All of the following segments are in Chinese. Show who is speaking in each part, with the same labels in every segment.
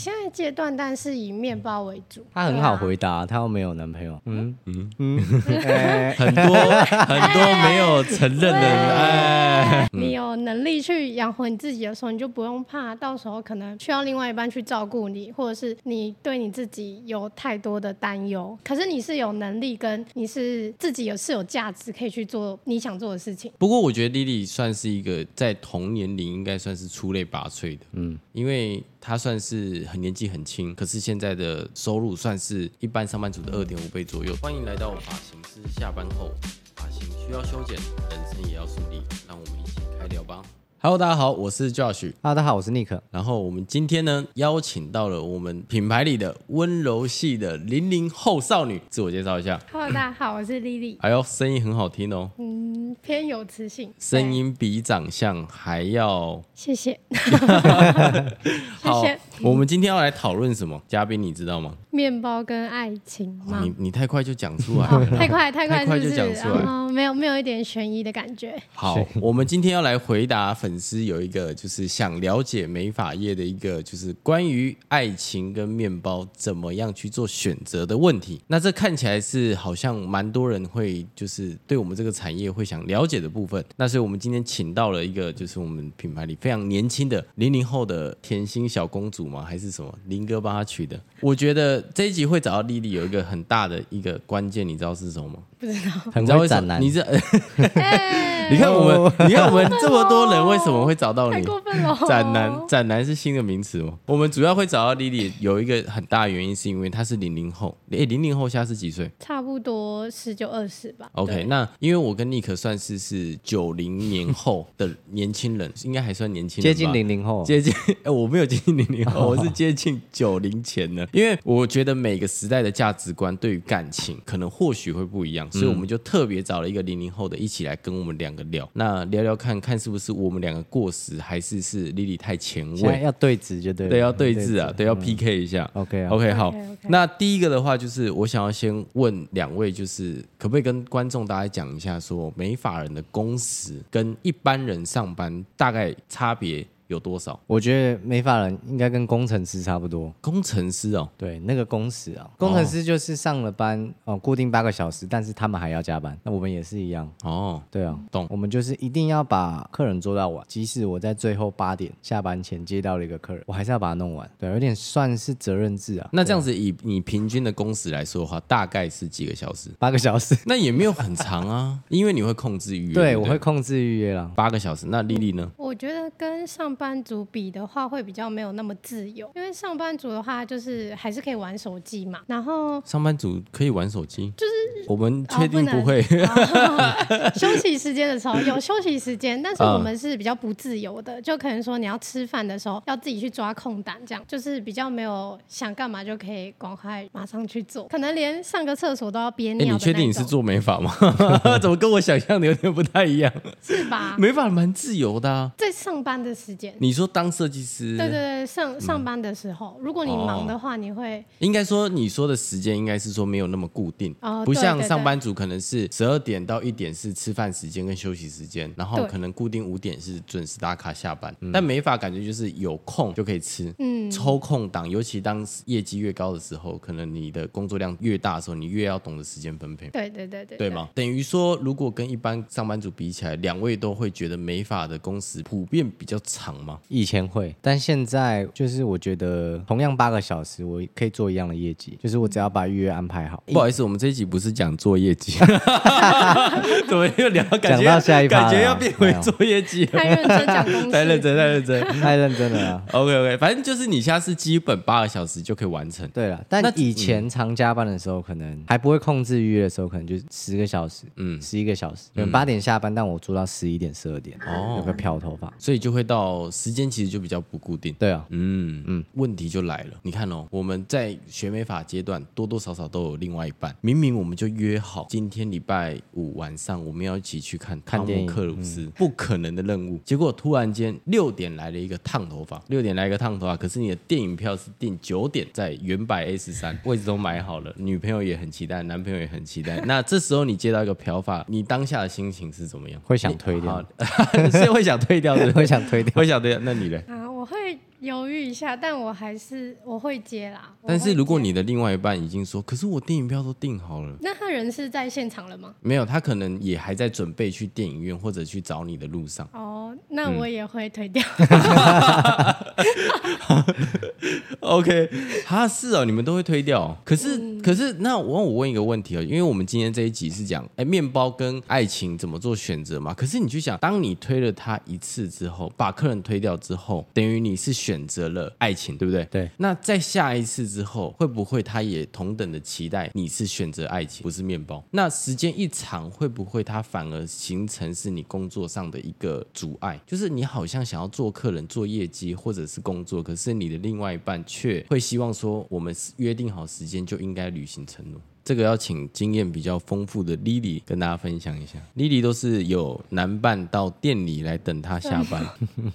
Speaker 1: 现在阶段，但是以面包为主。
Speaker 2: 她很好回答，她又没有男朋友。嗯， 哎
Speaker 3: 很多很多没有承认的人，哎，
Speaker 1: 你有能力去养活你自己的时候，你就不用怕，到时候可能需要另外一半去照顾你，或者是你对你自己有太多的担忧。可是你是有能力，跟你是自己有是有价值，可以去做你想做的事情。
Speaker 3: 不过我觉得 Lily 算是一个在同年龄应该算是出类拔萃的，嗯，因为她算是很年纪很轻，可是现在的收入算是一般上班族的二点五倍左右。欢迎来到发型师下班后，发型需要修剪，人生也要树立，让我们一起开聊吧。Hello，大家好，我是 Josh。
Speaker 2: 啊哈，大家好，我是 Nick。
Speaker 3: 然后我们今天呢，邀请到了我们品牌里的温柔系的零零后少女，自我介绍一下。
Speaker 1: Hello，大家好，我是 Lily，
Speaker 3: 哎呦，声音很好听哦，
Speaker 1: 嗯，偏有磁性，
Speaker 3: 声音比长相还要
Speaker 1: 对，谢谢，谢
Speaker 3: 好
Speaker 1: 谢。
Speaker 3: 我们今天要来讨论什么？嘉宾，你知道吗？
Speaker 1: 面包跟爱情
Speaker 3: 哦
Speaker 1: 吗？
Speaker 3: 你你太快就讲出 来
Speaker 1: 哦
Speaker 3: 了，，
Speaker 1: 太快太快，
Speaker 3: 太快
Speaker 1: 是不？
Speaker 3: 就是讲出来
Speaker 1: 然后没有没有一点悬疑的感觉。
Speaker 3: 好，我们今天要来回答粉丝有一个就是想了解美发业的一个就是关于爱情跟面包怎么样去做选择的问题。那这看起来是好像蛮多人会就是对我们这个产业会想了解的部分。那所以我们今天请到了一个就是我们品牌里非常年轻的零零后的甜心小公主吗？还是什么？林哥帮她取的。我觉得这一集会找到丽丽有一个很大的一个关键，你知道是什么吗？
Speaker 2: 很
Speaker 3: 你知道
Speaker 2: 会
Speaker 3: 为什
Speaker 2: 展
Speaker 3: 么？
Speaker 2: 览，哦
Speaker 3: 你知道？ 你看我们，你看我们这么多人为什么会找到
Speaker 1: 哎太
Speaker 3: 你？
Speaker 1: 过分了！
Speaker 3: 展男，展男是新的名词吗？我们主要会找到 Lily 有一个很大的原因，是因为她是零零后。诶，零零后现在是几岁
Speaker 1: 差不多十九二十吧。
Speaker 3: ？OK，
Speaker 1: 对
Speaker 3: 那因为我跟 Nick 算是是九零年后的年轻人，应该还算年轻人
Speaker 2: 接
Speaker 3: 吧，
Speaker 2: 近零零后，
Speaker 3: 接近，哎，我没有接近零零 后，我是接近九零前的，因为我觉得每个时代的价值观对于感情可能或许会不一样，所以我们就特别找了一个零零后的一起来跟我们两个聊，那聊聊看看是不是我们两个过时，还是是 Lily 太前
Speaker 2: 现在
Speaker 3: 卫。
Speaker 2: 要对峙就对了，
Speaker 3: 对，要对峙啊，对，要 PK 一下。
Speaker 2: OK 啊
Speaker 3: OK，好。哦
Speaker 1: OK，OK
Speaker 3: 那第一个的话，就是我想要先问两位，就是可不可以跟观众大家讲一下说美法人的工时跟一般人上班大概差别有多少？
Speaker 2: 我觉得美发人应该跟工程师差不多。
Speaker 3: 工程师哦，
Speaker 2: 对，那个工时啊，工程师就是上了班哦，固定八个小时，但是他们还要加班。那我们也是一样，
Speaker 3: 哦，
Speaker 2: 对啊，
Speaker 3: 懂
Speaker 2: 我们就是一定要把客人做到完，即使我在最后八点下班前接到了一个客人，我还是要把它弄完。对，有点算是责任制啊。
Speaker 3: 那这样子以你平均的工时来说的话，大概是几个小时？
Speaker 2: 八个小时，
Speaker 3: 那也没有很长啊，因为你会控制预约。
Speaker 2: 对
Speaker 3: 不
Speaker 2: 我会控制预约啦。
Speaker 3: 八个小时。那丽丽呢？
Speaker 1: 我觉得跟上班族比的话，会比较没有那么自由，因为上班族的话就是还是可以玩手机嘛，然 后
Speaker 3: 上班族可以玩手机，就是我们确定
Speaker 1: 哦不
Speaker 3: 不
Speaker 1: 能
Speaker 3: 会。
Speaker 1: 休息时间的时候有休息时间，但是我
Speaker 3: 嗯
Speaker 1: 们是比较不自由的，就可能说你要吃饭的时候要自己去抓空档，这样就是比较没有想干嘛就可以赶快马上去做，可能连上个厕所都要憋
Speaker 3: 哎、
Speaker 1: 尿的那种。
Speaker 3: 你确定你是做美发吗？ 怎么跟我想象的有点不 太一样？
Speaker 1: 是吧？
Speaker 3: 美发蛮自由的、啊。
Speaker 1: 在上班的时间。
Speaker 3: 你嗯说当设计师，
Speaker 1: 对对对，上上班的时候，如果你忙
Speaker 3: 哦
Speaker 1: 的话，你会
Speaker 3: 应该说你说的时间应该是说没有那么固定，
Speaker 1: 哦
Speaker 3: 不
Speaker 1: 对
Speaker 3: 像
Speaker 1: 对对
Speaker 3: 上班族可能是十二点到一点是吃饭时间跟休息时间，然后
Speaker 1: 对嗯
Speaker 3: 可能固定五点是准时打卡下班，但美发感觉就是有空就可以吃，嗯，抽空档，尤其当业绩越高的时候，可能你的工作量越大的时候，你越要懂得时间分配。
Speaker 1: 对对对对
Speaker 3: 对？吗？等于说，如果跟一般上班族比起来，两位都会觉得美发的工时普遍比较长吗？
Speaker 2: 以前会，但现在就是我觉得同样八个小时，我可以做一样的业绩，就是我只要把预约安排好。
Speaker 3: 不好意思，我们这一集不是讲做 业绩，怎么又聊感
Speaker 2: 讲
Speaker 3: 觉
Speaker 2: 到下一趴了
Speaker 3: 感觉要变回做业绩了，
Speaker 1: 太认真讲公司，
Speaker 3: 太认真，太认真。
Speaker 2: 太认真了 啊！
Speaker 3: OK OK，反正就是你下次基本八个小时就可以完成。
Speaker 2: 对了，但
Speaker 3: 那
Speaker 2: 以前常加班的时候，可能还不会控制预约的时候，可能就十个小时，嗯，十一个小时，可能八点下班，但我做到十一点、十二点，
Speaker 3: 哦
Speaker 2: 有个漂头发。
Speaker 3: 所以就会到时间其实就比较不固定。
Speaker 2: 对啊，
Speaker 3: 嗯嗯，问题就来了，你看哦，我们在学美法阶段多多少少都有另外一半，明明我们就约好今天礼拜五晚上我们要一起去看《
Speaker 2: 看
Speaker 3: 汤
Speaker 2: 电
Speaker 3: 姆
Speaker 2: 影嗯
Speaker 3: 克鲁斯》不可能的任务，结果突然间六点来了一个烫头发，六点来一个烫头发，可是你的电影票是订九点在原百 S 三，位置都买好了，女朋友也很期待，男朋友也很 期待，那这时候你接到一个漂发，你当下的心情是怎么样？
Speaker 2: 会想推掉
Speaker 3: 你，好所以会想推掉，对不对
Speaker 2: 会想推掉。
Speaker 3: 会想推掉，那你嘞？
Speaker 1: 啊，我会犹豫一下，但我还是我会接啦。我
Speaker 3: 但
Speaker 1: 会
Speaker 3: 是如果
Speaker 1: 接
Speaker 3: 你的另外一半已经说，可是我电影票都订好了，
Speaker 1: 那他人是在现场了吗？
Speaker 3: 没有，他可能也还在准备去电影院或者去找你的路上。
Speaker 1: 哦，那
Speaker 3: 嗯
Speaker 1: 我也会推掉。
Speaker 3: OK，哈是哦，你们都会推掉哦。可是、
Speaker 1: 嗯
Speaker 3: 可是，那我我问一个问题哦，因为我们今天这一集是讲哎面包跟爱情怎么做选择嘛。可是你去想，当你推了他一次之后，把客人推掉之后，等于你是选择了爱情，对不对？
Speaker 2: 对。
Speaker 3: 那在下一次之后，会不会他也同等的期待你是选择爱情，不是面包？那时间一长，会不会他反而形成是你工作上的一个阻碍？就是你好像想要做客人、做业绩或者是工作，可是你的另外一半却会希望说，我们约定好时间就应该履行承诺。这个要请经验比较丰富的 Lily 跟大家分享一下。Lily 都是有男伴到店里来等她下班，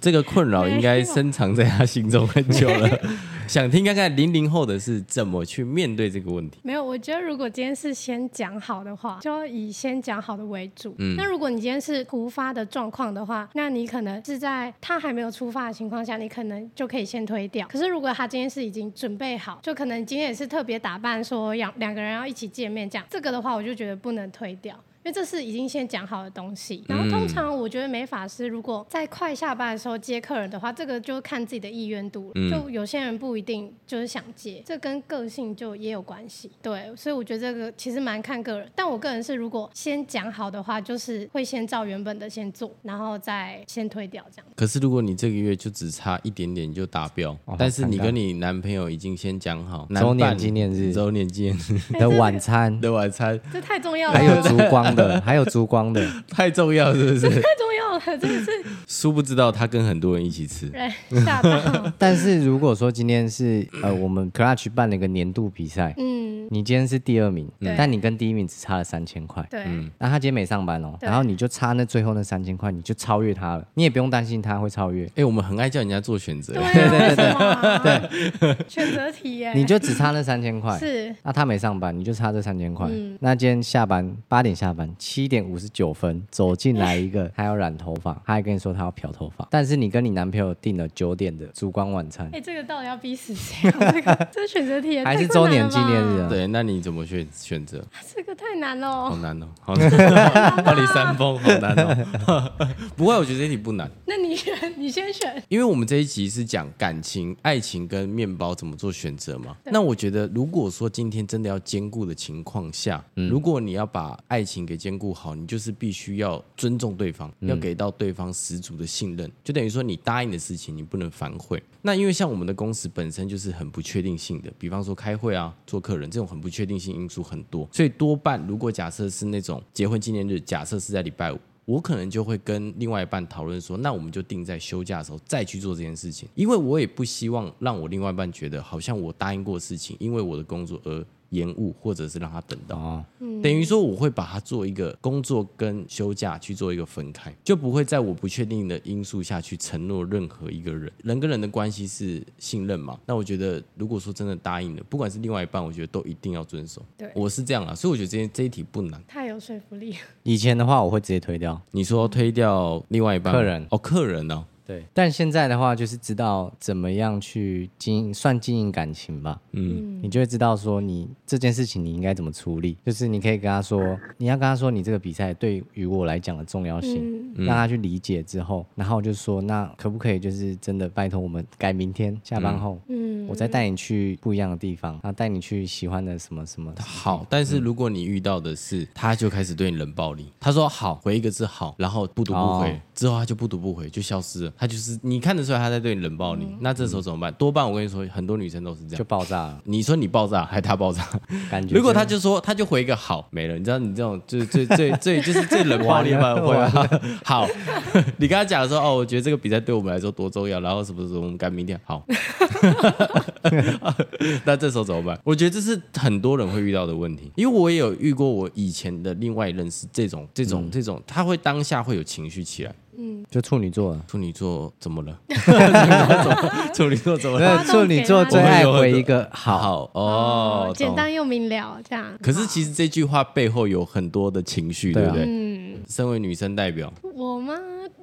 Speaker 3: 这个困扰应该深藏在她心中很久了。想听看看零零后的是怎么去面对这个问题。
Speaker 1: 没有，我觉得如果今天是先讲好的话，就以先讲好的为主。那如果你今天是突发的状况的话，那你可能是在他还没有出发的情况下，你可能就可以先推掉。可是如果他今天是已经准备好，就可能今天也是特别打扮，说两两个人要一起见面这样，这个的话我就觉得不能推掉。因为这是已经先讲好的东西，然后通常我觉得美发师如果在快下班的时候接客人的话，这个就看自己的意愿度了。就有些人不一定就是想接，这跟个性就也有关系。对，所以我觉得这个其实蛮看个人。但我个人是，如果先讲好的话，就是会先照原本的先做，然后再先推掉这样。
Speaker 3: 可是如果你这个月就只差一点点就达标，
Speaker 2: 哦
Speaker 3: 但是你
Speaker 2: 好尴尬
Speaker 3: 跟你男朋友已经先讲好
Speaker 2: 周
Speaker 3: 男
Speaker 2: 年
Speaker 3: 伴
Speaker 2: 纪念日
Speaker 3: 周年纪念日
Speaker 2: 你的晚餐，
Speaker 3: 的晚餐
Speaker 1: 这太重要了，
Speaker 2: 还 有
Speaker 1: 太
Speaker 2: 烛光 的，还有烛光的，
Speaker 3: 太重要，是不是？
Speaker 1: 重要了，真的是
Speaker 3: 殊不知道他跟很多人一起吃。
Speaker 1: 人吓 到。
Speaker 2: 但是如果说今 天是呃，我们 Clutch 办了一个年度比赛，
Speaker 1: 嗯，
Speaker 2: 你今天是第二名，
Speaker 1: 对
Speaker 2: 但你跟第一名只差了三千块。
Speaker 1: 对，
Speaker 2: 那他今天没上班哦，
Speaker 1: 对
Speaker 2: 然后你就差那最后那三千块，你就超越他了，你也不用担心他会超越，
Speaker 3: 哎、我们很爱叫人家做选择
Speaker 1: 对，啊，对对，选择题耶，
Speaker 2: 你就只差那三千块。
Speaker 1: 是。嗯
Speaker 2: 那他没上班，你就差这三千块。那今天下班八点下班，七点五十九分走进来 一个，他要染头发，他还跟你说他要漂头发，但是你跟你男朋友订了九点的烛光晚餐
Speaker 1: 哎、，这个到底要逼死谁、啊？这 个这选择题也太
Speaker 2: 还是
Speaker 1: 困
Speaker 2: 周
Speaker 1: 难
Speaker 2: 年
Speaker 1: 了
Speaker 2: 纪念日
Speaker 1: 吧
Speaker 2: 啊？
Speaker 3: 对，那你怎么选选择？
Speaker 1: 这个太难了
Speaker 3: 好
Speaker 1: 哦。
Speaker 3: 难哦，好难哦，巴黎山峰好难哦。 不会，我觉得这题不难，
Speaker 1: 那你选，你先选。
Speaker 3: 因为我们这一集是讲感情、爱情跟面包怎么做选择嘛。那我觉得，如果说今天真的要兼顾的情况下，如果你要把爱情给兼顾好，你就是必须要尊重对方，要给到对方十足的信任，就等于说你答应的事情你不能反悔。那因为像我们的公司本身就是很不确定性的，比方说开会啊、做客人这种很不确定性因素很多，所以多半如果假设是那种结婚纪念日，假设是在礼拜五。我可能就会跟另外一半讨论说，那我们就定在休假的时候再去做这件事情，因为我也不希望让我另外一半觉得好像我答应过的事情，因为我的工作而延误，或者是让他等到。
Speaker 2: 哦，
Speaker 3: 等于说我会把它做一个工作跟休假去做一个分开，就不会在我不确定的因素下去承诺任何一个人。人跟人的关系是信任嘛？那我觉得如果说真的答应了，不管是另外一半，我觉得都一定要遵守。
Speaker 1: 对
Speaker 3: 我是这样啊，所以我觉得这这一题不难。
Speaker 1: 太有说服力了。
Speaker 2: 以前的话我会直接推掉。
Speaker 3: 你说推掉另外一半吗
Speaker 2: 客人
Speaker 3: 哦，客人呢、
Speaker 2: 对，但现在的话就是知道怎么样去经营，算经营感情吧。嗯，你就会知道说你这件事情你应该怎么处理，就是你可以跟他说，你要跟他说你这个比赛对于我来讲的重要性，
Speaker 1: 嗯
Speaker 3: 嗯
Speaker 2: 让他去理解之后，然后就说那可不可以就是真的拜托我们改明天下班后，
Speaker 1: 嗯，
Speaker 2: 我再带你去不一样的地方，然后带你去喜欢的什么什么。
Speaker 3: 好，但
Speaker 2: 嗯
Speaker 3: 是如果你遇到的是他就开始对你冷暴力，他说好回一个字好，然后不读不回，
Speaker 2: 哦
Speaker 3: 之后他就不读不回就消失了，他就是你看得出来他在对你冷暴力，那这时候怎么办？多半我跟你说，很多女生都是这
Speaker 2: 嗯就
Speaker 3: 样。
Speaker 2: 爆炸了，
Speaker 3: 你说你爆炸还是他爆炸？
Speaker 2: 感觉
Speaker 3: 如果
Speaker 2: 真
Speaker 3: 他
Speaker 2: 的
Speaker 3: 就说他就回一个好没了，你知道你这种就是最最最就是最冷暴力
Speaker 2: 完
Speaker 3: 吧
Speaker 2: 了
Speaker 3: 会啊好，你跟他讲说哦，我觉得这个比赛对我们来说多重要，然后什么什么，我们赶明天好。 那这时候怎么办？我觉得这是很多人会遇到的问题，因为我也有遇过我以前的另外一任是这种这种、这种，他会当下会有情绪起来。
Speaker 2: 就处女 座了。
Speaker 3: 处女座怎 么了？处女座怎么处女座怎么了？
Speaker 1: 发
Speaker 2: 那
Speaker 1: 动给他
Speaker 2: 处女座最爱
Speaker 3: 我们有
Speaker 2: 回一个好，
Speaker 3: 好哦，
Speaker 1: 简
Speaker 3: 懂
Speaker 1: 单又明了，这样。
Speaker 3: 可是其实这句话背后有很多的情绪，
Speaker 2: 对
Speaker 3: 对
Speaker 2: 啊
Speaker 3: 不对？
Speaker 1: 嗯，
Speaker 3: 身为女生代表，
Speaker 1: 我吗？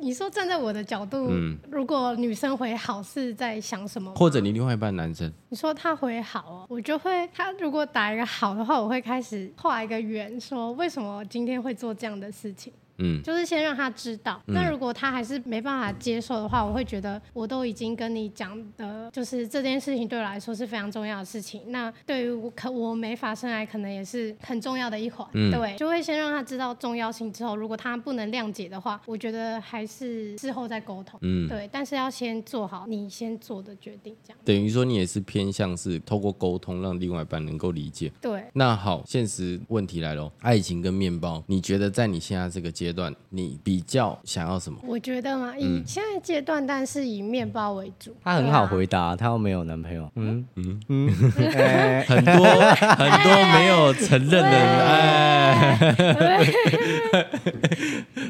Speaker 1: 你说站在我的角度，如果女生回好是在想什么吗？
Speaker 3: 嗯或者你另外一半男生，
Speaker 1: 你说他回好哦，我就会他如果打一个好的话，我会开始画一个圆，说为什么今天会做这样的事情。
Speaker 3: 嗯，
Speaker 1: 就是先让他知道。那如果他还是没办法接受的话，我会觉得我都已经跟你讲的，就是这件事情对我来说是非常重要的事情。那对于我可我没法生癌，可能也是很重要的一环。
Speaker 3: 嗯
Speaker 1: 对，就会先让他知道重要性之后，如果他不能谅解的话，我觉得还是事后再沟通。
Speaker 3: 嗯
Speaker 1: 对，但是要先做好你先做的决定，这样。
Speaker 3: 等于说你也是偏向是透过沟通让另外一半能够理解。
Speaker 1: 对，
Speaker 3: 那好，现实问题来喽，爱情跟面包，你觉得在你现在这个阶段，你比较想要什么？
Speaker 1: 我觉得嘛，
Speaker 2: 嗯
Speaker 1: 以现在阶段，但是以面包为主。
Speaker 2: 他很好
Speaker 1: 对啊
Speaker 2: 回答，他又没有男朋友，嗯嗯嗯，哎
Speaker 3: 很多 很多没有承认的人，
Speaker 1: 啊
Speaker 3: 哎，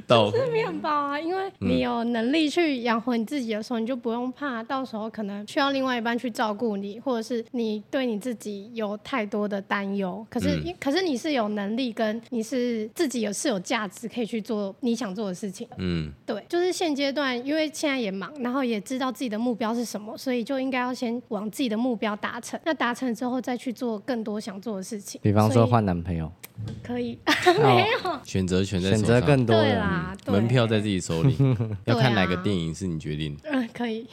Speaker 3: 到
Speaker 1: 面包啊，因为
Speaker 2: 嗯
Speaker 1: 你有能力去养活你自己的时候，你就不用怕到时候可能需要另外一半去照顾你，或者是你对你自己有太多的担忧。可是，
Speaker 2: 嗯
Speaker 1: 因可是你是有能力跟你是自己有是有价值可以去做你想做的事情。
Speaker 3: 嗯，
Speaker 1: 对，就是现阶段，因为现在也忙，然后也知道自己的目标是什么，所以就应该要先往自己的目标达成。那达成之后，再去做更多想做的事情。
Speaker 2: 比方
Speaker 1: 所
Speaker 2: 说
Speaker 1: 以
Speaker 2: 换男 朋友，
Speaker 1: 可以，
Speaker 2: 没
Speaker 3: 选择权在
Speaker 2: 选
Speaker 3: 手
Speaker 2: 择
Speaker 3: 上，
Speaker 2: 更多
Speaker 1: 对
Speaker 2: 的，
Speaker 1: 啦，对
Speaker 3: 门票在自己 手里，要看哪个
Speaker 1: 对啊
Speaker 3: 电影是你决定的。
Speaker 1: 嗯可以，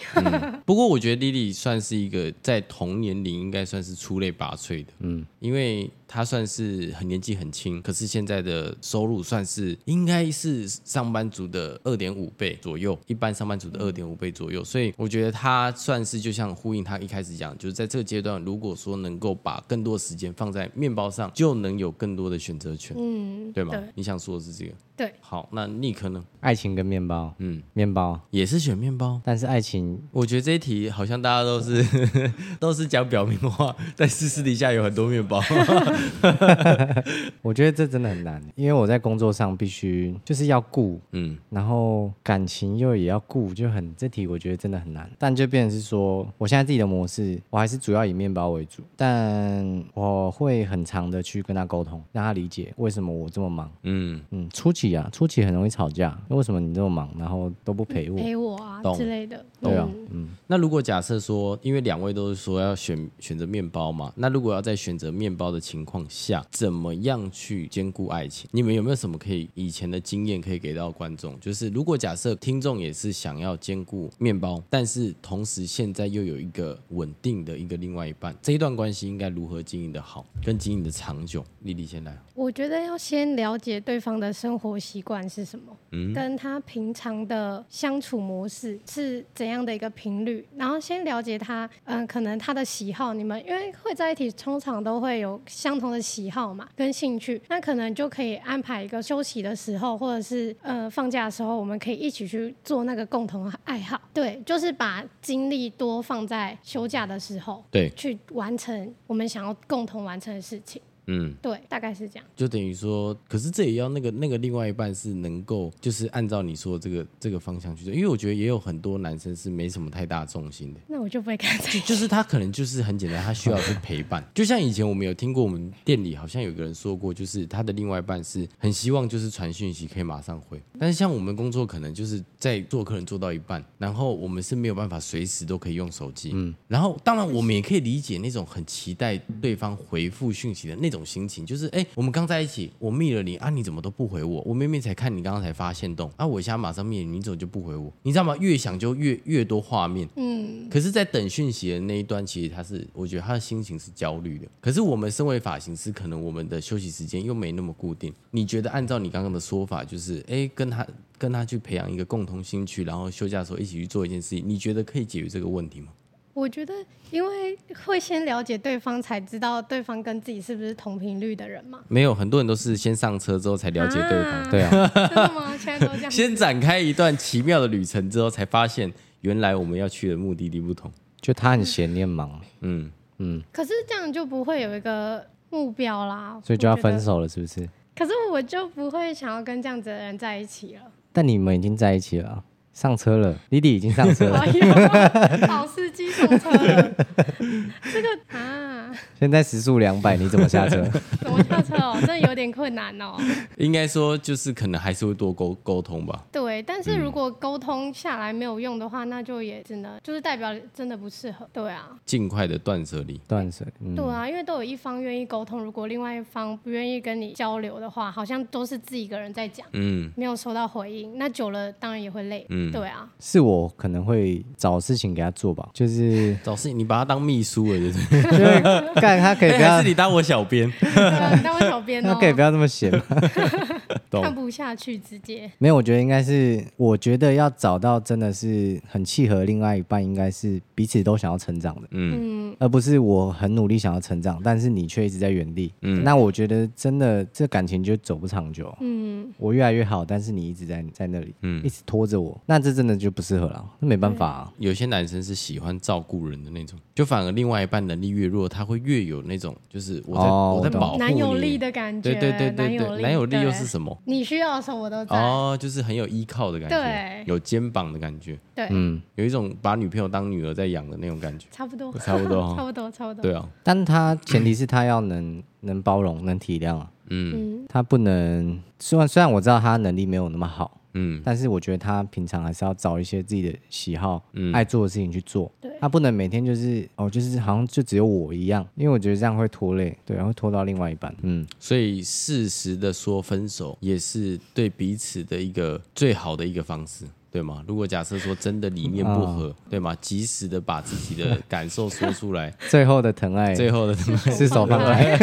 Speaker 3: 不过我觉得 Lily 算是一个在同年龄应该算是出类拔萃的，嗯，因为她算是很年纪很轻，可是现在的收入算是应该是上班族的二点五倍左右，一般上班族的二点五倍左右，所以我觉得她算是就像呼应她一开始讲，就是在这个阶段，如果说能够把更多时间放在面包上，就能有更多的选择权，
Speaker 1: 嗯，
Speaker 3: 对吗？
Speaker 1: 对
Speaker 3: 你想说的是这个？
Speaker 1: 对。
Speaker 3: 好，那 Nick 呢？
Speaker 2: 爱情跟面包，
Speaker 3: 嗯
Speaker 2: 嗯，面包，
Speaker 3: 也是选面包。
Speaker 2: 但是爱情
Speaker 3: 我觉得这一题好像大家都是 都是讲表面话，但是私底下有很多面包。
Speaker 2: 我觉得这真的很难，因为我在工作上必须就是要顾，
Speaker 3: 嗯，
Speaker 2: 然后感情又也要顾，就很这题我觉得真的很难。但就变成是说，我现在自己的模式，我还是主要以面包为主，但我会很长的去跟他沟通，让他理解为什么我这么忙。
Speaker 3: 嗯，
Speaker 2: 嗯，初期啊，初期很容易吵架，为什么你这么忙，然后都不陪我？
Speaker 3: 哎
Speaker 1: 陪我啊
Speaker 3: 懂
Speaker 1: 之类的。
Speaker 2: 对啊
Speaker 1: 嗯，
Speaker 3: 那如果假设说，因为两位都是说要选选择面包嘛，那如果要在选择面包的情况下，怎么样去兼顾爱情？你们有没有什么可以以前的经验可以给到观众？就是如果假设听众也是想要兼顾面包，但是同时现在又有一个稳定的一个另外一半，这一段关系应该如何经营的好，跟经营的长久？丽丽先来。
Speaker 1: 我觉得要先了解对方的生活习惯是什么，
Speaker 3: 嗯
Speaker 1: 跟他平常的相处模式是怎样的一个频率，然后先了解他，嗯、可能他的喜好，你们因为会在一起，通常都会有相同的喜好嘛，跟兴趣，那可能就可以安排一个休息的时候，或者是呃放假的时候，我们可以一起去做那个共同的爱好，对，就是把精力多放在休假的时候，
Speaker 3: 对
Speaker 1: 去完成我们想要共同完成的事情。
Speaker 3: 嗯，
Speaker 1: 对，大概是这样。
Speaker 3: 就等于说，可是这也要那个那个另外一半是能够，就是按照你说的这个这个方向去做，因为我觉得也有很多男生是没什么太大重心的。
Speaker 1: 那我就不会跟他在一起。
Speaker 3: 就是他可能就是很简单，他需要是陪伴。就像以前我们有听过，我们店里好像有个人说过，就是他的另外一半是很希望就是传讯息可以马上回，但是像我们工作可能就是在做客人做到一半，然后我们是没有办法随时都可以用手机。嗯，然后当然我们也可以理解那种很期待对方回复讯息的那种心情，就是哎、诶我们刚在一起，我密了你啊，你怎么都不回我？我明明才看你刚刚才发现动啊，我现在马上密了你，你怎么就不回我？你知道吗？越想就越越多画面，可是，在等讯息的那一端，其实他是，我觉得他的心情是焦虑的。可是，我们身为发型师，可能我们的休息时间又没那么固定。你觉得，按照你刚刚的说法，就是，哎、跟他跟他去培养一个共同兴趣，然后休假的时候一起去做一件事情，你觉得可以解决这个问题吗？
Speaker 1: 我觉得，因为会先了解对方，才知道对方跟自己是不是同频率的人 嘛。
Speaker 3: 没有，很多人都是先上车之后才了解对方，
Speaker 1: 啊
Speaker 2: 对啊，
Speaker 1: 真的吗？现在都这样。
Speaker 3: 先展开一段奇妙的旅程之后，才发现原来我们要去的目的地不同。
Speaker 2: 就他很闲，你很忙，
Speaker 3: 嗯，
Speaker 1: 可是这样就不会有一个目标啦，
Speaker 2: 所以就要
Speaker 1: 我觉得
Speaker 2: 分。手了，是不是？
Speaker 1: 可是我就不会想要跟这样子的人在一起 了。
Speaker 2: 但你们已经在一起了啊，上车了，弟弟已 经上车了。
Speaker 1: 哎呦，老司机上车了，这个啊，啊，
Speaker 2: 现在时速两百，你怎么下车？
Speaker 1: 怎么跳车哦，这有点困难哦。
Speaker 3: 应该说就是可能还是会多沟沟通吧。
Speaker 1: 对，但是如果沟通下来没有用的话，那就也只能就是代表真的不适合。对啊，
Speaker 3: 尽快的断舍离，
Speaker 2: 断舍离，嗯
Speaker 1: 对啊，因为都有一方愿意沟通，如果另外一方不愿意跟你交流的话，好像都是自己一个人在讲，
Speaker 3: 嗯，
Speaker 1: 没有收到回应，那久了当然也会累。
Speaker 3: 嗯
Speaker 1: 对 啊，
Speaker 2: 是我可能会找事情给他做吧， 就是
Speaker 3: 找事你把他当秘书了，对不对？
Speaker 2: 因为干他可以
Speaker 3: 哎
Speaker 2: 不要
Speaker 3: 还是，你当我小编，
Speaker 1: 对啊，你当我小编
Speaker 2: 他
Speaker 1: 哦，
Speaker 2: 可以不要这么闲吗？
Speaker 1: 看
Speaker 3: 懂？
Speaker 1: 不下去，直接
Speaker 2: 没有，我觉得应该是，我觉得要找到真的是很契合另外一半，应该是彼此都想要成长的，嗯，而不是我很努力想要成长，但是你却一直在原地，嗯，那我觉得真的这感情就走不长久，嗯，我越来越好，但是你一直在在那里，嗯，一直拖着我，那这真的就不适合了，那没办法啊，
Speaker 3: 有些男生是喜欢照顾人的那种，就反而另外一半能力越弱，他会越有那种就是我在、
Speaker 2: 哦
Speaker 3: 我在
Speaker 2: 我懂
Speaker 3: 保护
Speaker 1: 男友
Speaker 3: 你
Speaker 1: 力的感觉，
Speaker 3: 对对对
Speaker 1: 男
Speaker 3: 对
Speaker 1: 友
Speaker 3: 对，
Speaker 1: 力，
Speaker 3: 男友力又
Speaker 1: 对
Speaker 3: 是什么？
Speaker 1: 你需要的时候我都在，
Speaker 3: 哦，就是很有依靠的感觉
Speaker 1: 对，
Speaker 3: 有肩膀的感觉，
Speaker 1: 对，
Speaker 2: 嗯，
Speaker 3: 有一种把女朋友当女儿在养的那种感觉。
Speaker 1: 差不多，
Speaker 3: 差不多 哦
Speaker 1: 差不多，差不多，
Speaker 3: 对啊，
Speaker 2: 但他前提是他要能能包容、能体谅啊，
Speaker 1: 嗯，
Speaker 2: 他不能，虽然虽然我知道他能力没有那么好，
Speaker 3: 嗯，
Speaker 2: 但是我觉得他平常还是要找一些自己的喜好、
Speaker 3: 嗯
Speaker 2: 爱做的事情去做。
Speaker 1: 对
Speaker 2: 他不能每天就是哦，就是好像就只有我一样，因为我觉得这样会拖累，对，然后拖到另外一半。嗯，
Speaker 3: 所以适时的说分手也是对彼此的一个最好的一个方式，对吗？如果假设说真的理念不合，对吗？及时的把自己的感受说出 来，
Speaker 2: 最后的疼爱，
Speaker 3: 最后的。
Speaker 2: 是手放 开，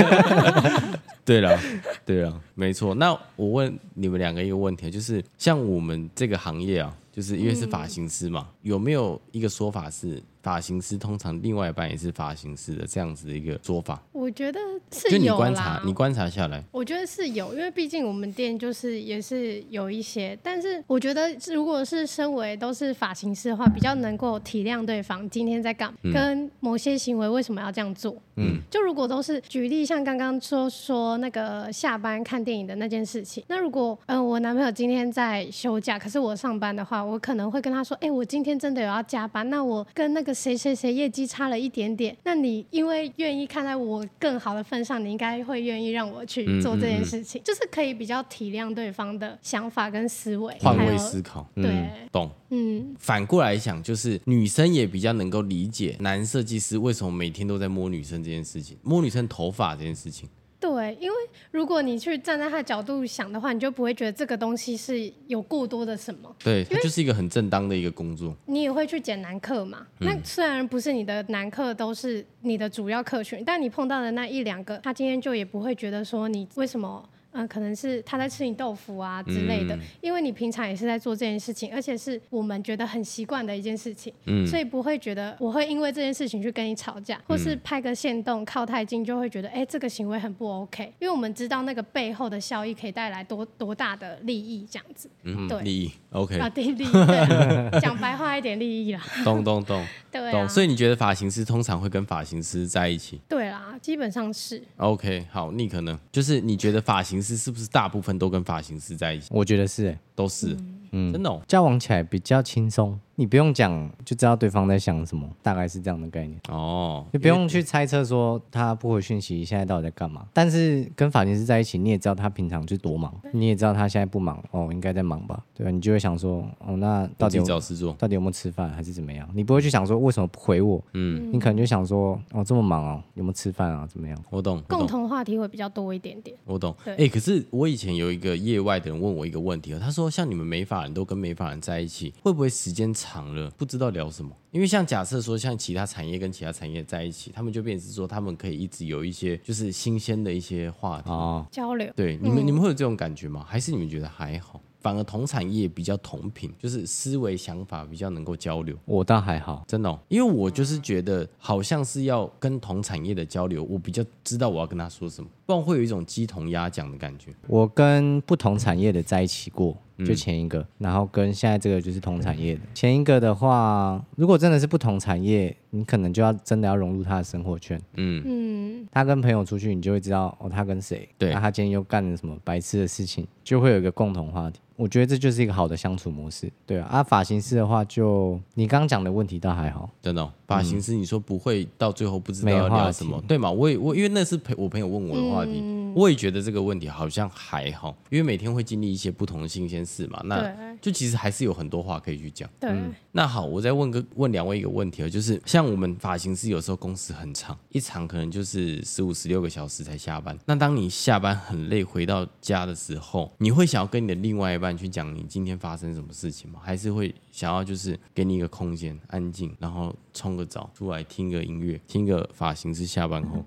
Speaker 3: 对了， 对了，没错。那我问你们两个一个问题，就是像我们这个行业啊，就是因为是发型师嘛，
Speaker 1: 嗯
Speaker 3: 有没有一个说法是发型师通常另外一半也是发型师的这样子的一个说法？
Speaker 1: 我觉得
Speaker 3: 就是你
Speaker 1: 有
Speaker 3: 观
Speaker 1: 啦
Speaker 3: 察，，你观察下来，
Speaker 1: 我觉得是有，因为毕竟我们店就是也是有一些，但是我觉得如果是身为都是发型师的话，比较能够体谅对方今天在干嘛，跟某些行为为什么要这样做。嗯，就如果都是举例，像刚刚说说那个下班看电影的那件事情，那如果呃我男朋友今天在休假，可是我上班的话，我可能会跟他说，哎、我今天真的有要加班，那我跟那个谁谁谁业绩差了一点点，那你因为愿意看在我更好的份上，你应该会愿意让我去做这件事情，就是可以比较体谅对方的想法跟思维，
Speaker 3: 换
Speaker 1: 还
Speaker 3: 位
Speaker 1: 有
Speaker 3: 思考，
Speaker 1: 对，
Speaker 3: 懂？
Speaker 1: 嗯，
Speaker 3: 反过来想，就是女生也比较能够理解男设计师为什么每天都在摸女生这件事情，摸女生头发这件事情。
Speaker 1: 对，因为如果你去站在他的角度想的话，你就不会觉得这个东西是有过多的什么。
Speaker 3: 对，它就是一个很正当的一个工作。
Speaker 1: 你也会去剪男客嘛？那虽然不是你的男客都是你的主要客群，但你碰到的那一两个，他今天就也不会觉得说你为什么。嗯，可能是他在吃你豆腐啊之类的，因为你平常也是在做这件事情，而且是我们觉得很习惯的一件事情，所以不会觉得我会因为这件事情去跟你吵架，或是拍个线动靠太近，就会觉得哎、这个行为很不 OK，因为我们知道那个背后的效益可以带来多多大的利益，这样子，
Speaker 3: 嗯，
Speaker 1: 对
Speaker 3: 利益，OK，
Speaker 1: 啊，利利益，对啊 讲白话一点利益啦，
Speaker 3: 懂懂懂
Speaker 1: 对啊
Speaker 3: 懂。，所以你觉得发型师通常会跟发型师在一起
Speaker 1: 对啦，基本上是
Speaker 3: ？OK，好，你可能就是你觉得发型师是不是大部分都跟发型师在一起？
Speaker 2: 我觉得是、欸，
Speaker 3: 都是，嗯，真的、哦。
Speaker 2: 交往起来比较轻松，你不用讲就知道对方在想什么，大概是这样的概念。
Speaker 3: 哦
Speaker 2: 就不用去猜测说他不回讯息现在到底在干嘛，但是跟发型师在一起，你也知道他平常是多忙，你也知道他现在不忙哦，应该在忙吧？对吧？你就会想说，哦，那到
Speaker 3: 到
Speaker 2: 底
Speaker 3: 底
Speaker 2: 有
Speaker 3: 找事做，
Speaker 2: 到底有没有吃饭还是怎么样？你不会去想说为什么不回我，嗯，你可能就想说，哦，这么忙哦，有没有吃饭啊？怎么样？
Speaker 3: 我懂，我
Speaker 1: 共
Speaker 3: 懂。
Speaker 1: 同话题会比较多一点点。
Speaker 3: 我懂，哎、
Speaker 1: 对
Speaker 3: 可是我以前有一个业外的人问我一个问题哦，他说像你们美发人都跟美发人在一起，会不会时间长了不知道聊什么？因为像假设说像其他产业跟其他产业在一起，他们就变成是说他们可以一直有一些就是新鲜的一些话题。
Speaker 2: 哦，
Speaker 1: 交流，
Speaker 3: 对，你们、你
Speaker 2: 嗯
Speaker 3: 们会有这种感觉吗？还是你们觉得还好？反而同产业比较同频，就是思维想法比较能够交流。
Speaker 2: 我倒还好，
Speaker 3: 真的哦、因为我
Speaker 2: 嗯
Speaker 3: 就是觉得好像是要跟同产业的交流，我比较知道我要跟他说什么，不然会有一种鸡同鸭讲的感觉。
Speaker 2: 我跟不同产业的在一起过，
Speaker 3: 嗯
Speaker 2: 就前一个，然后跟现在这个就是同产业的。前一个的话，如果真的是不同产业，你可能就要真的要融入他的生活圈。
Speaker 1: 嗯，
Speaker 2: 他跟朋友出去，你就会知道哦，他跟谁，
Speaker 3: 对
Speaker 2: 那他今天又干了什么白痴的事情，就会有一个共同话题。我觉得这就是一个好的相处模式，对啊。啊，发型师的话就，你刚刚讲的问题倒还好，
Speaker 3: 真的哦发型师，你说不会到最后不知道
Speaker 2: 嗯没
Speaker 3: 要
Speaker 2: 话题
Speaker 3: 聊
Speaker 2: 嗯
Speaker 3: 什么，对嘛？我也我因为那是朋我朋友问我的话题，我也觉得这个问题好像还好，因为每天会经历一些不同的新鲜事嘛，那嗯
Speaker 1: 对
Speaker 3: 就其实还是有很多话可以去讲。
Speaker 1: 对，
Speaker 3: 那好，我再问个问两位一个问题哦，就是像我们发型师有时候工时很长，一长可能就是十五十六个小时才下班。那当你下班很累回到家的时候，你会想要跟你的另外一半去讲你今天发生什么事情吗？还是会想要就是给你一个空间，安静，然后冲个澡，出来听个音乐，听个发型师下班后，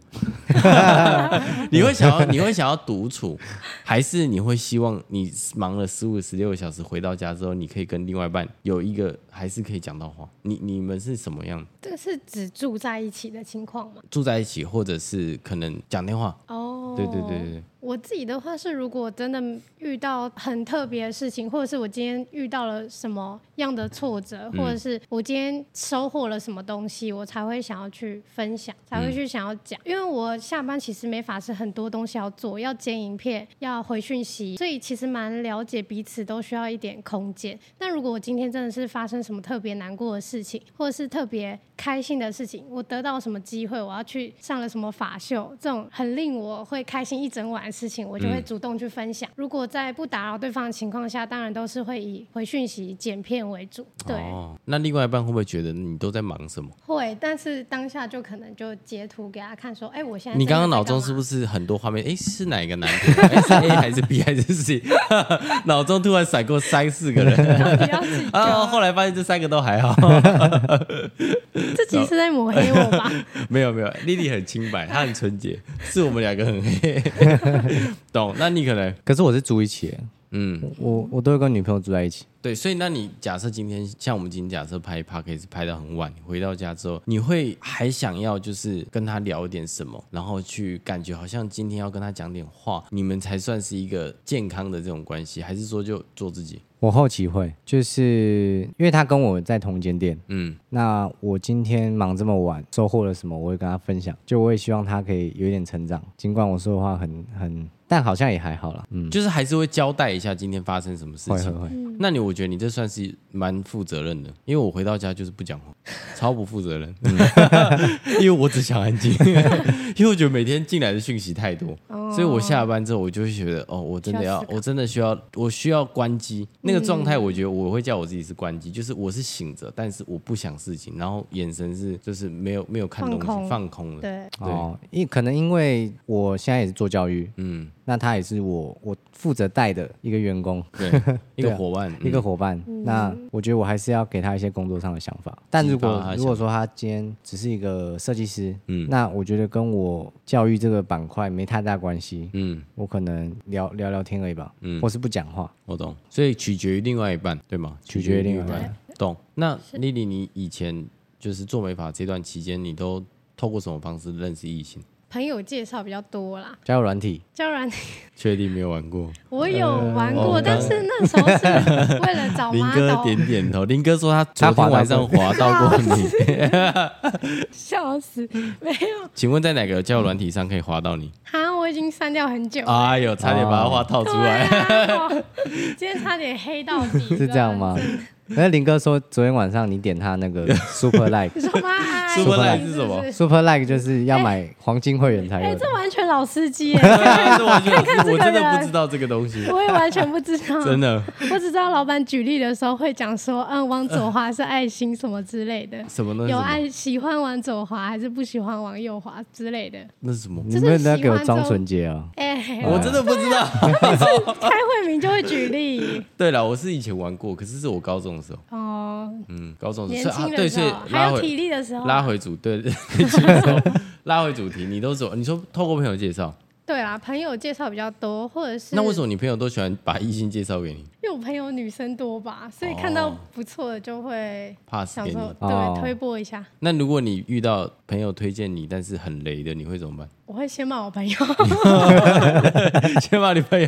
Speaker 3: 你会想要你会想要独处，还是你会希望你忙了十五十六个小时回到家之后，你可以跟另外一半有一个还是可以讲到话？你你们是什么样
Speaker 1: 这个是只住在一起的情况吗？
Speaker 3: 住在一起，或者是可能讲电话？
Speaker 1: 哦，
Speaker 3: 对对对对对，
Speaker 1: 我自己的话是，如果真的遇到很特别的事情，或者是我今天遇到了什么样的挫折，或者是我今天收获了什么东西，我才会想要去分享，才会去想要讲。因为我下班其实没法是很多东西要做，要剪影片，要回讯息，所以其实蛮了解彼此，都需要一点空间。那如果我今天真的是发生什么特别难过的事情，或者是特别开心的事情，我得到什么机会，我要去上了什么法秀，这种很令我会开心一整晚的事情，我就
Speaker 3: 嗯
Speaker 1: 会主动去分享。如果在不打扰对方的情况下，当然都是会以回讯息、剪片为主，对，
Speaker 3: 哦，那另外一半会不会觉得你都在忙什么？
Speaker 1: 会。但是当下就可能就截图给他看，说，哎，我现在
Speaker 3: 你刚刚脑中是不是很多画面？诶，是哪一个男的？ 诶是 A 还是 B 还是 C？脑 中突然闪过三四个 人
Speaker 1: 是 不要自己
Speaker 3: 啊，后来发现这三个都还好。
Speaker 1: 自己是在抹黑我吧？
Speaker 3: 没有没有，丽丽很清白，她很纯洁，是我们两个很黑。 懂？那你可能
Speaker 2: 可是我是住一起的，
Speaker 3: 嗯，
Speaker 2: 我我都会跟女朋友住在一起，
Speaker 3: 对，所以那你假设今天像我们今天假设拍 p o d c a s 拍到很晚，你回到家之后，你会还想要就是跟他聊一点什么，然后去感觉好像今天要跟他讲点话，你们才算是一个健康的这种关系，还是说就做自己？
Speaker 2: 我后期会，就是因为他跟我在同一间店，
Speaker 3: 嗯，
Speaker 2: 那我今天忙这么晚，收获了什么，我会跟他分享。就我也希望他可以有一点成长，尽管我说的话很很，但好像也还好啦。嗯，
Speaker 3: 就是还是会交代一下今天发生什么事
Speaker 2: 会会
Speaker 3: 情。
Speaker 2: 会，
Speaker 3: 那你我觉得你这算是蛮负责任的，因为我回到家就是不讲话，超不负 责任，嗯因为我只想安静， 因为我觉得每天进来的讯息太多，所以我下班之后我就会觉得，哦，我真的
Speaker 1: 哦需要
Speaker 3: 要
Speaker 1: 思，考嗯
Speaker 3: 我真的需要，我需要关机那个状态，我觉得我会叫我自己是关机，就是我是醒着，但是我不想事情，然后眼神是就是没有没有看
Speaker 1: 放
Speaker 3: 东西，
Speaker 1: 空
Speaker 3: 放空 了，
Speaker 1: 对，
Speaker 3: 对
Speaker 2: 哦，因可能因为我现在也是做教育，
Speaker 3: 嗯，
Speaker 2: 那他也是我我负责带的一个员工，
Speaker 3: 对，一
Speaker 2: 对
Speaker 3: 个
Speaker 2: 啊
Speaker 3: 伙伴，
Speaker 2: 一个
Speaker 3: 嗯
Speaker 2: 伙伴。那我觉得我还是要给他一些工作上的想法。但如
Speaker 3: 激发他
Speaker 2: 果
Speaker 3: 的
Speaker 2: 如果说他今天只是一个设计师，
Speaker 3: 嗯
Speaker 2: 那我觉得跟我教育这个板块没太大关系。
Speaker 3: 嗯，
Speaker 2: 我可能聊聊聊天而已吧，
Speaker 3: 嗯
Speaker 2: 或是不讲话。
Speaker 3: 我懂，所以取决于另外一半，对吗？
Speaker 2: 取决于另外一半
Speaker 3: 懂。那丽丽，你以前就是做美发这段期间，你都透过什么方式认识异性？
Speaker 1: 朋友介绍比较多啦，
Speaker 2: 交友软体，
Speaker 1: 交然。
Speaker 3: 确定没有玩过？
Speaker 1: 我有玩
Speaker 3: 哦
Speaker 1: 过，
Speaker 3: 刚
Speaker 1: 但是那时候是为了找
Speaker 3: 林哥
Speaker 1: model，
Speaker 3: 点点头，林哥说他昨天晚上滑 到过你，
Speaker 1: 笑死！
Speaker 3: 请问在哪个交友软体上可以滑到你？
Speaker 1: 哈，我已经删掉很久了。
Speaker 3: 哎呦，差点把他话套出
Speaker 1: 对
Speaker 3: 来。
Speaker 1: 啊，我今天差点黑到 底。
Speaker 2: 是这样吗？
Speaker 1: 啊
Speaker 2: 那林哥说，昨天晚上你点他那 个 Super Like
Speaker 1: 你说吗？哎
Speaker 3: Super
Speaker 2: Like
Speaker 3: 是什么
Speaker 1: 不
Speaker 2: Super Like，就是要买黄金会员才
Speaker 1: 哎，
Speaker 2: 有的
Speaker 1: 这。完全老司机哎，
Speaker 3: 啊这 完全不知我
Speaker 1: 这个
Speaker 3: 真
Speaker 1: 人嗯
Speaker 3: 的不知道这个东西，
Speaker 1: 我也完全不知道。
Speaker 3: 真的
Speaker 1: 我只知道老板举例的时候会讲说，嗯，往左滑是爱心什么之类的，
Speaker 3: 什么呢？
Speaker 1: 有
Speaker 3: 什么
Speaker 1: 爱喜欢往左滑还是不喜欢往右滑之类的。
Speaker 3: 那是什么？
Speaker 2: 你们不要给我
Speaker 1: 就是喜欢
Speaker 2: 装
Speaker 1: 这种
Speaker 2: 纯洁啊！
Speaker 1: 哎，
Speaker 3: 我真的不知道。
Speaker 1: 开会名就会举例
Speaker 3: 对了，我是以前玩过，可是是我高中的时候，
Speaker 1: 哦。
Speaker 3: 嗯，高中的
Speaker 1: 年
Speaker 3: 时候，所以
Speaker 1: 轻
Speaker 3: 啊
Speaker 1: 的
Speaker 3: 对，
Speaker 1: 时
Speaker 3: 所以
Speaker 1: 候，还
Speaker 3: 拉
Speaker 1: 有
Speaker 3: 回
Speaker 1: 体力的时候，
Speaker 3: 拉回主对，其实拉回主题，你都说你说透过朋友介绍，
Speaker 1: 对啦，朋友介绍比较多，或者是
Speaker 3: 那为什么你朋友都喜欢把异性介绍给你
Speaker 1: 因为我朋友女生多吧，所以
Speaker 3: 哦
Speaker 1: 看到不错的就会
Speaker 3: ，pass
Speaker 1: 想
Speaker 3: 给你？
Speaker 1: 说
Speaker 2: 哦
Speaker 1: 对推播一下。
Speaker 3: 那如果你遇到朋友推荐你，但是很雷的，你会怎么办？
Speaker 1: 我会先骂我朋友，
Speaker 3: 先把女朋友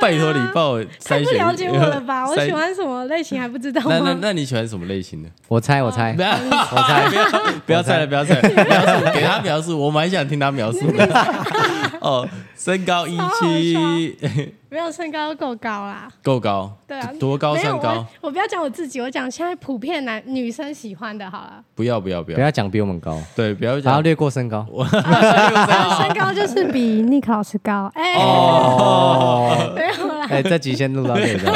Speaker 3: 拜托你帮我
Speaker 1: 太
Speaker 3: 筛
Speaker 1: 不
Speaker 3: 选一。
Speaker 1: 了解我 了吧？我
Speaker 3: 筛
Speaker 1: 喜。欢什么类型还不知道
Speaker 3: 那那
Speaker 1: 吗？
Speaker 3: 那你喜欢什么类型的？
Speaker 2: 我猜，我猜
Speaker 1: 哦
Speaker 3: 不，要，我猜，不要，不要猜了，不要猜了，描述给他描述，我蛮想听他描述的。哦，身高一七，
Speaker 1: 没有身高够高啦，
Speaker 3: 够高，
Speaker 1: 对啊，
Speaker 3: 多高
Speaker 1: 没有
Speaker 3: 算高？
Speaker 1: 我？我不要讲我自己，我讲现在普遍男女生喜欢的好了。
Speaker 3: 不要不要不
Speaker 2: 不
Speaker 3: 要，
Speaker 2: 要讲比我们高，
Speaker 3: 对，不要
Speaker 2: 然后
Speaker 3: 讲。
Speaker 2: 略过身高。
Speaker 3: 啊
Speaker 1: 身高就是比 n i c 老师高，哎、
Speaker 2: 哦，
Speaker 1: 没有啦，
Speaker 2: 哎，这集先录到这里吧。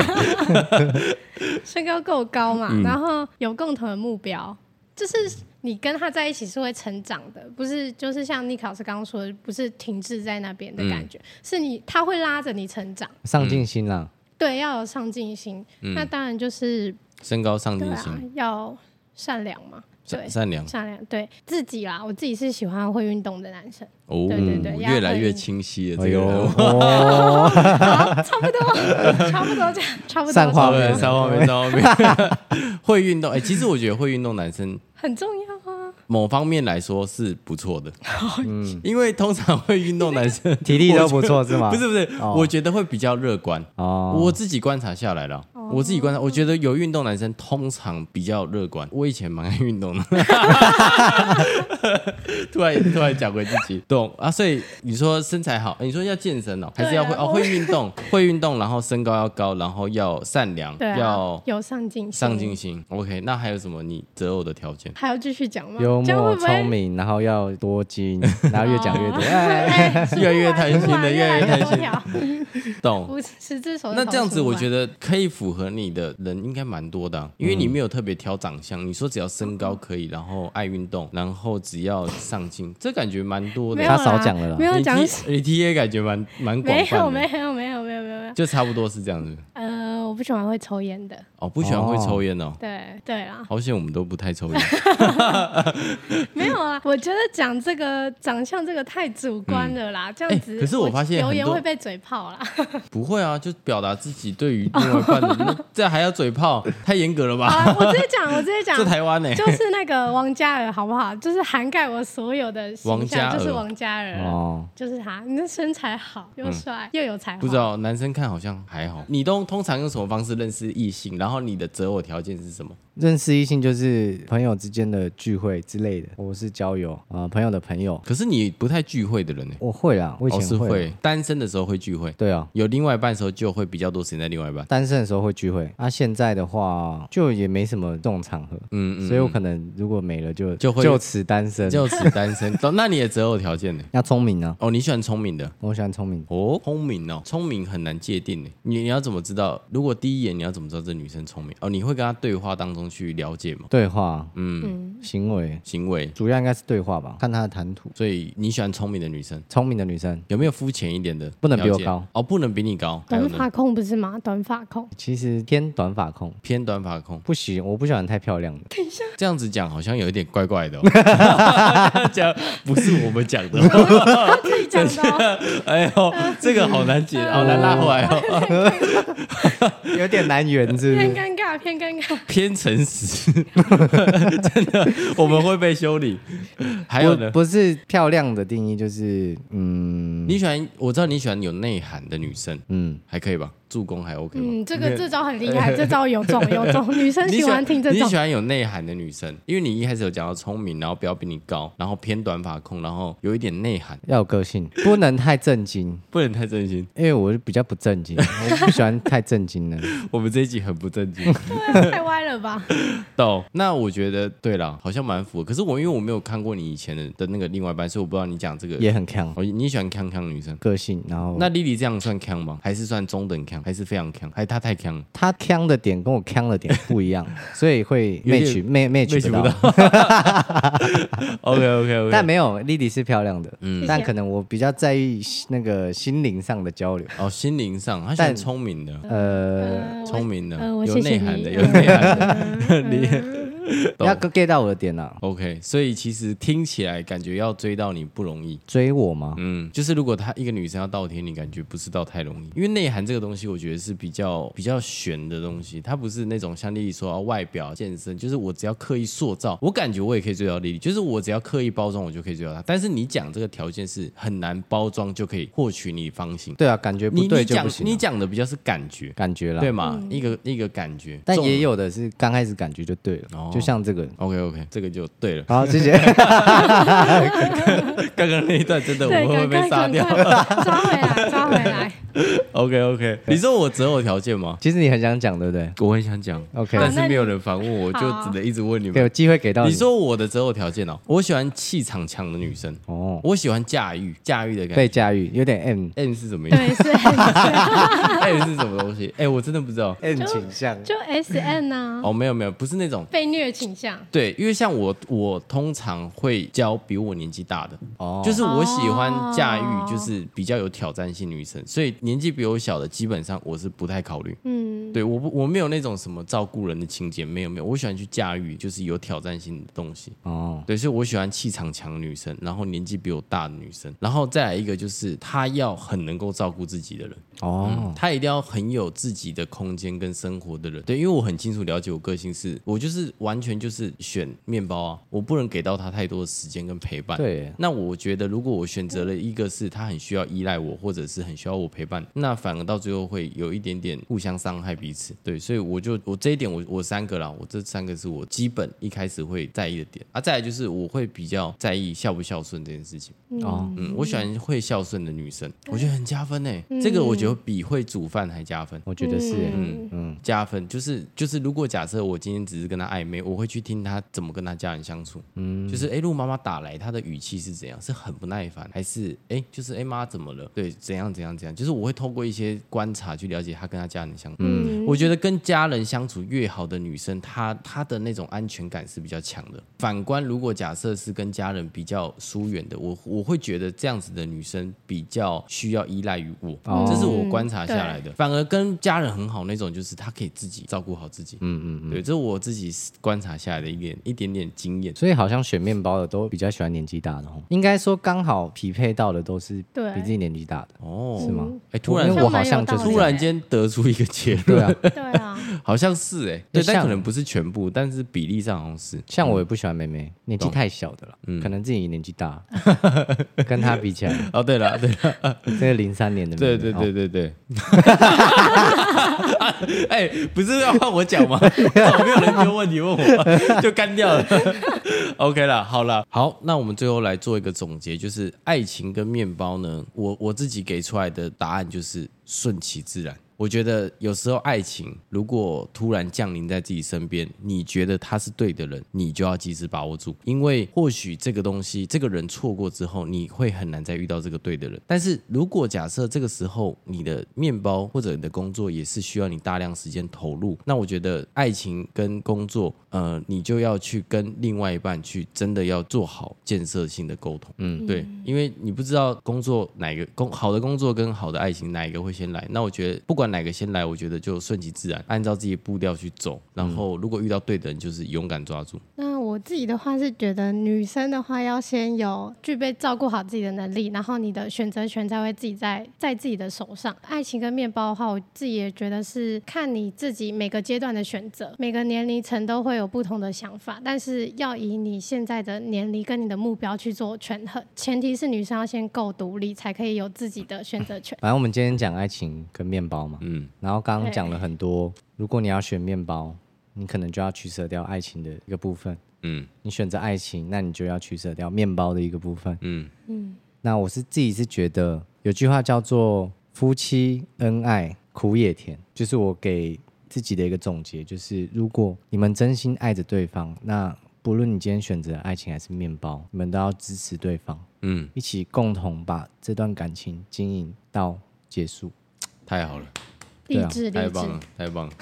Speaker 1: 身高够高嘛，
Speaker 3: 嗯
Speaker 1: 然后有共同的目标，就是你跟他在一起是会成长的，不是就是像 n i c 老师刚刚说的，不是停滞在那边的感
Speaker 3: 嗯
Speaker 1: 觉，是你他会拉着你成长，
Speaker 2: 上进心啦，
Speaker 1: 对，要有上进心，那当然就是
Speaker 3: 身高嗯上
Speaker 1: 对
Speaker 3: 进
Speaker 1: 啊
Speaker 3: 心，，
Speaker 1: 要善良嘛，对
Speaker 3: 善。善良
Speaker 1: 善良对自己啦，我自己是喜欢会运动的男生，
Speaker 3: 哦
Speaker 1: 对对对，要
Speaker 3: 越来
Speaker 1: 会
Speaker 3: 越
Speaker 1: 运
Speaker 3: 清晰了。
Speaker 2: 哎
Speaker 3: 这个
Speaker 2: 呦，
Speaker 3: 人物
Speaker 2: 哦
Speaker 1: 差不多， 差不多这样，差不多。
Speaker 2: 散画
Speaker 1: 差不多
Speaker 2: 面
Speaker 3: 对，三 方面，三方面。会运动，哎、其实我觉得会运动男生
Speaker 1: 很重要啊。
Speaker 3: 某方面来说是不 错的，因为通常会运动男生
Speaker 2: 嗯体力都不错是吗？
Speaker 3: 不是不是，
Speaker 2: 哦
Speaker 3: 我觉得会比较乐观。
Speaker 2: 哦，
Speaker 3: 我自己观察下来了，我自己
Speaker 1: 哦
Speaker 3: 观察，我觉得有运动男生通常比较乐观。我以前蛮爱运动的， 突然突然讲回自己，懂啊？所以你说身材好，哎你说要健身哦，还是要会
Speaker 1: 对啊
Speaker 3: 哦
Speaker 1: 我
Speaker 3: 会运动，会运动，然后身高要高，然后要善良，
Speaker 1: 对啊
Speaker 3: 要，
Speaker 1: 有上进心，
Speaker 3: 上进心。OK，那还有什么你择偶的条件？
Speaker 1: 还要继续讲吗？
Speaker 2: 幽
Speaker 1: 这样会
Speaker 2: 默、
Speaker 1: 不会
Speaker 2: 聪，明，然后要多 金，然后越讲越多。哎
Speaker 3: 啊
Speaker 1: 哎
Speaker 3: 越来越贪心
Speaker 1: 哇
Speaker 3: 了，
Speaker 1: 越
Speaker 3: 来越贪
Speaker 1: 多
Speaker 3: 心，
Speaker 1: 条，
Speaker 3: 懂？
Speaker 1: 五十只手指头数完。
Speaker 3: 那这样子，我觉得可以符合你的人应该蛮多的啊、因为你没有特别挑长相，你说只要身高可以，然后爱运动，然后只要上进，这感觉蛮多的
Speaker 1: 没有
Speaker 3: 啊。
Speaker 2: 他
Speaker 1: 啦
Speaker 2: 少讲了啦
Speaker 1: 没有
Speaker 3: 你
Speaker 1: 讲
Speaker 3: T 你 T A 感觉蛮蛮广
Speaker 1: 没有
Speaker 3: 泛
Speaker 1: 没
Speaker 3: 的，
Speaker 1: 有没有没有没有没有，
Speaker 3: 就差不多是这样子。
Speaker 1: 呃，我不喜欢会抽烟的，
Speaker 3: 哦，不喜欢会抽烟哦，
Speaker 1: 对对啊，
Speaker 3: 好险我们都不太抽烟。
Speaker 1: 没有啊，我觉得讲这个长相这个太主观了啦，这样子，
Speaker 3: 哎可是我发现
Speaker 1: 留言
Speaker 3: 很多
Speaker 1: 会被嘴炮啦，
Speaker 3: 不会啊，就表达自己对于另外一半的，那这还要嘴炮， 太严格了吧？
Speaker 1: 啊，我直接讲，我直接讲
Speaker 3: 这，台湾呢、
Speaker 1: 就是那个王嘉尔，好不好？就是涵盖我所有的
Speaker 3: 王
Speaker 1: 形
Speaker 3: 嘉
Speaker 1: 象，
Speaker 3: 尔
Speaker 1: 就是王嘉尔了，
Speaker 2: 哦，
Speaker 1: 就是他。你的身材好，又帅、又有才华，
Speaker 3: 不知道男生看好像还好。你都通常用什么方式认识异性？然后你的择偶条件是什么？
Speaker 2: 认识异性就是朋友之间的聚会之类的，我是交友啊、呃朋友的朋友，
Speaker 3: 可是你不太聚会的人呢、
Speaker 2: 我会啦，我以
Speaker 3: 哦，是
Speaker 2: 前会啦，
Speaker 3: 会单身的时候会聚会，
Speaker 2: 对啊，
Speaker 3: 有另外一半的时候就会比较多时间在另外一半。
Speaker 2: 单身的时候会聚会，那、啊现在的话就也没什么这种场合，
Speaker 3: 嗯嗯，
Speaker 2: 所以我可能如果没了就
Speaker 3: 就会
Speaker 2: 就此单身，
Speaker 3: 就此单身。 懂那你的择偶条件呢？
Speaker 2: 要聪明啊，
Speaker 3: 哦，你喜欢聪明的
Speaker 2: 我喜欢聪明，
Speaker 3: 哦，聪明哦，聪明很难界定呢。你你要怎么知道？如果第一眼你要怎么知道这女生聪明？哦，你会跟她对话当中去了解吗？
Speaker 2: 对话、
Speaker 3: 嗯，
Speaker 2: 行为，
Speaker 3: 行为。
Speaker 2: 主要应该是对话吧，看她的谈吐，
Speaker 3: 所以你喜欢聪明的女生，
Speaker 2: 聪明的女生
Speaker 3: 有没有肤浅一点的？
Speaker 2: 不能比我
Speaker 3: 了解
Speaker 2: 高
Speaker 3: 哦，不能比你高。还有
Speaker 1: 短
Speaker 3: 呢
Speaker 1: 发控不是吗？短发控，
Speaker 2: 其实偏短发控，
Speaker 3: 偏短发控，
Speaker 2: 不喜我不喜欢太漂亮 的，
Speaker 3: 这样子讲好像有一点怪怪的、哦。 讲不是我们讲的、 哦，
Speaker 1: 他自己讲的哦、
Speaker 3: 哎呦，这个好难
Speaker 2: 嗯
Speaker 3: 解，好难拉回来哦。
Speaker 2: 有点难圆，是不
Speaker 1: 偏
Speaker 2: 是？
Speaker 1: 尴尬，偏尴尬。
Speaker 3: 偏诚 实，真的，我们会被修理。还有呢
Speaker 2: 不，不是漂亮的定义就是，嗯
Speaker 3: 你喜欢？我知道你喜欢有内涵的女生，
Speaker 2: 嗯，
Speaker 3: 还可以吧？助攻还 OK 吗？
Speaker 1: 嗯，这个这招很厉害，这招有种有 种，女生
Speaker 3: 你
Speaker 1: 喜欢听这
Speaker 3: 你
Speaker 1: 种
Speaker 3: 喜。欢有内涵的女生，因为你一开始有讲到聪明，然后不要比你高，然后偏短发控，然后有一点内涵，
Speaker 2: 要有个性，不能太震惊，
Speaker 3: 不能太正经。
Speaker 2: 因为我是比较不正经，我不喜欢太震惊 的。
Speaker 3: 我们这一集很不正经。
Speaker 1: 对啊太歪了吧？
Speaker 3: 懂。那我觉得对了，好像蛮符合。可是我因为我没有看过你以前的的那个另外一半，所以我不知道你讲这个。
Speaker 2: 也很强，
Speaker 3: 哦，你喜欢康康女生？
Speaker 2: 个性，然
Speaker 1: 哦
Speaker 2: 后
Speaker 3: 那莉莉这样算康吗？还是算中等康？还是非常康？还是她太康？
Speaker 2: 他强的点跟我强的点不 一样，所以会 match
Speaker 3: 有
Speaker 2: match match
Speaker 3: 不
Speaker 2: 不到。
Speaker 3: 到。OK OK OK。
Speaker 2: 但没有，莉莉是漂亮的，
Speaker 3: 嗯
Speaker 2: 但
Speaker 1: 谢谢
Speaker 2: 可能我比较在意心那个心灵上的交流。
Speaker 3: 哦，心灵上，她喜欢
Speaker 2: 但
Speaker 3: 聪明的，
Speaker 2: 呃，
Speaker 1: 呃，
Speaker 3: 聪明的，
Speaker 1: 呃我
Speaker 3: 有
Speaker 1: 谢谢
Speaker 3: 内涵
Speaker 1: 你
Speaker 3: 的，有内涵的。你
Speaker 2: 你要 get 到我的点啊！
Speaker 3: OK，所以其实听起来感觉要追到你不容易。
Speaker 2: 追我吗？
Speaker 3: 嗯，就是如果她一个女生要倒贴你，感觉不是到太容易，因为内涵这个东西，我觉得是比较比较玄的东西，它不是那种像丽丽说、啊、外表健身，就是我只要刻意塑造，我感觉我也可以追到丽丽，就是我只要刻意包装，我就可以追到她。但是你讲这个条件是很难包装就可以获取你芳心，
Speaker 2: 对啊，感觉
Speaker 3: 你
Speaker 2: 不
Speaker 3: 你
Speaker 2: 对就
Speaker 3: 讲
Speaker 2: 不行啊、
Speaker 3: 你讲的比较是感觉，
Speaker 2: 感觉啦，
Speaker 3: 对啊嘛？一个一个感觉，
Speaker 2: 但
Speaker 3: 重
Speaker 2: 也有的是刚开始感觉就对了，
Speaker 3: 哦
Speaker 2: 就像这 个。
Speaker 3: OK OK，这个就对了。
Speaker 2: 好，谢谢。
Speaker 3: 刚刚那一段真的我
Speaker 1: 对，
Speaker 3: 会不
Speaker 1: 赶快
Speaker 3: 会被杀
Speaker 1: 赶
Speaker 3: 掉
Speaker 1: 快抓回来，抓回来。
Speaker 3: ？OK OK，你说我择偶条件吗？
Speaker 2: 其实你很想讲，对不对
Speaker 3: 我很想讲
Speaker 2: OK
Speaker 3: 但
Speaker 1: 好那
Speaker 3: 是
Speaker 1: 你
Speaker 3: 没有人反问我，我就
Speaker 1: 好
Speaker 3: 只能一直问你
Speaker 2: 对？有
Speaker 3: 们。
Speaker 2: 机会给到
Speaker 3: 你说我的择偶条件哦，我喜欢气场强的女生，
Speaker 2: 哦，
Speaker 3: 我喜欢驾驭驾驭的感
Speaker 2: 被
Speaker 3: 觉。
Speaker 2: 驾驭，有点 M
Speaker 3: M 是什么意思
Speaker 1: 对，是
Speaker 3: ？M 是什么东西？哎，我真的不知道。
Speaker 2: M 倾向，
Speaker 1: 就 S N 啊，
Speaker 3: 哦，没有没有，不是那种。
Speaker 1: 被虐倾向。
Speaker 3: 对，因为像我，我通常会教比我年纪大的，
Speaker 2: 哦，
Speaker 3: 就是我喜欢驾
Speaker 1: 哦
Speaker 3: 驭，就是比较有挑战性女生，所以年纪比我小的，基本上我是不太考虑。
Speaker 1: 嗯，
Speaker 3: 对，我不我没有那种什么照顾人的情节，没有没有，我喜欢去驾驭，就是有挑战性的东西。
Speaker 2: 哦，
Speaker 3: 对，所以我喜欢气场强的女生，然后年纪比我大的女生，然后再来一个就是她要很能够照顾自己的人，
Speaker 2: 哦，
Speaker 3: 她一定要很有自己的空间跟生活的人。对，因为我很清楚了解我个性是，我就是完全就是选面包啊，我不能给到她太多的时间跟陪伴。
Speaker 2: 对，
Speaker 3: 那我觉得，如果我选择了一个是他很需要依赖我，或者是很需要我陪伴，那反而到最后会有一点点互相伤害彼此。对，所以我就我这一点我，我三个啦，我这三个是我基本一开始会在意的点啊。再来就是我会比较在意孝不孝顺这件事情。
Speaker 2: 哦，
Speaker 3: 嗯，我喜欢会孝顺的女生，我觉得很加分呢、欸这个我觉得比会煮饭还加分。
Speaker 2: 我觉得是，嗯嗯，
Speaker 3: 加分就是就是，如果假设我今天只是跟他暧昧，我会去听他怎么跟他家人相处。嗯，就是哎，诶如果妈妈打来，他的语气是怎样？是很不耐烦，还是哎，诶就是哎妈怎么了？对，怎样怎样怎样？就是我会透过一些观察去了解他跟他家人相处。嗯，我觉得跟家人相处越好的女生，她她的那种安全感是比较强的。反观如果假设是跟家人比较疏远的，我我会觉得这样子的女生比较需要依赖于我，
Speaker 2: 哦
Speaker 3: 这是我观察下来的。的反而跟家人很好那种，就是他可以自己照顾好自己。嗯嗯嗯，对，这是我自己观察下来的一点一点点经验。
Speaker 2: 所以好像选面包的都比较喜欢年纪大的哦，应该说刚好匹配到的都是
Speaker 1: 对
Speaker 2: 比自己年纪大的，
Speaker 3: 哦，
Speaker 2: 是吗？
Speaker 3: 哎，突然
Speaker 2: 因为我好像就
Speaker 1: 像蛮有
Speaker 2: 是
Speaker 1: 道理
Speaker 3: 突然间得出一个结 论，
Speaker 2: 对啊，
Speaker 1: 对啊，
Speaker 3: 好像是哎、
Speaker 2: 就
Speaker 3: 对，但
Speaker 2: 像
Speaker 3: 可能不是全部，但是比例上好像是。
Speaker 2: 像我也不喜欢妹妹，年纪太小的了，
Speaker 3: 嗯
Speaker 2: 可能自己年纪大， 跟她比起来，
Speaker 3: 哦，对了，对了，
Speaker 2: 这个零三年的妹妹，
Speaker 3: 对对
Speaker 2: 哦
Speaker 3: 对对对。 哎、不是要换我讲吗？没有人丢问题问我，就干掉了。OK 了，好了，好，那我们最后来做一个总结，就是爱情跟面包呢，我我自己给出来的答案就是顺其自然。我觉得有时候爱情如果突然降临在自己身边，你觉得他是对的人，你就要及时把握住，因为或许这个东西，这个人错过之后，你会很难再遇到这个对的人。但是如果假设这个时候你的面包或者你的工作也是需要你大量时间投入，那我觉得爱情跟工作，呃，你就要去跟另外一半去真的要做好建设性的沟通。嗯，对，因为你不知道工作哪个工好的工作跟好的爱情哪一个会先来，那我觉得不管哪个先来，我觉得就顺其自然，按照自己的步调去走。然后如果遇到对的人，就是勇敢抓住。
Speaker 1: 那我自己的话是觉得，女生的话要先有具备照顾好自己的能力，然后你的选择权才会自己在在自己的手上。爱情跟面包的话，我自己也觉得是看你自己每个阶段的选择，每个年龄层都会有不同的想法，但是要以你现在的年龄跟你的目标去做权衡。前提是女生要先够独立，才可以有自己的选择权。
Speaker 2: 反正我们今天讲爱情跟面包嘛，
Speaker 3: 嗯，
Speaker 2: 然后刚刚讲了很多，如果你要选面包，你可能就要取舍掉爱情的一个部分。
Speaker 3: 嗯
Speaker 2: 你选择爱情，那你就要取舍掉面包的一个部分。
Speaker 3: 嗯，
Speaker 2: 那我是自己是觉得有句话叫做“夫妻恩爱苦也甜”，就是我给自己的一个总结，就是如果你们真心爱着对方，那不论你今天选择爱情还是面包，你们都要支持对方，
Speaker 3: 嗯，
Speaker 2: 一起共同把这段感情经营到结束。
Speaker 3: 太好了。
Speaker 2: 对
Speaker 1: 励
Speaker 2: 啊
Speaker 1: 志，励
Speaker 3: 太
Speaker 1: 志
Speaker 3: 棒。了，太棒了，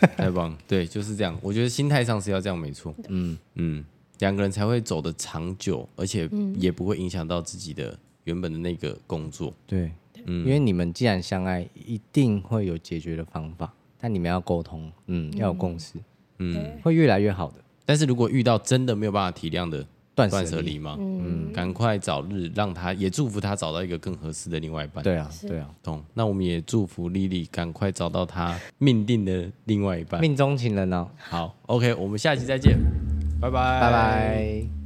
Speaker 3: 太棒了！对，就是这样。我觉得心态上是要这样，没错。嗯嗯，两个人才会走得长久，而且也不会影响到自己的原本的那个工作。
Speaker 2: 对，因为你们既然相爱，一定会有解决的方法，但你们要沟通，嗯，要有共识，
Speaker 3: 嗯，
Speaker 2: 会越来越好的。
Speaker 3: 但是如果遇到真的没有办法体谅的
Speaker 2: 断
Speaker 3: 断
Speaker 2: 舍
Speaker 3: 舍
Speaker 2: 离，
Speaker 3: 离嘛，嗯，赶快早日让他也祝福他找到一个更合适的另外一半。，
Speaker 2: 对啊，对啊，
Speaker 3: 懂。那我们也祝福丽丽赶快找到她命定的另外一半。
Speaker 2: 命中情人哦，
Speaker 3: 好，OK，我们下期再见，拜拜，
Speaker 2: 拜拜。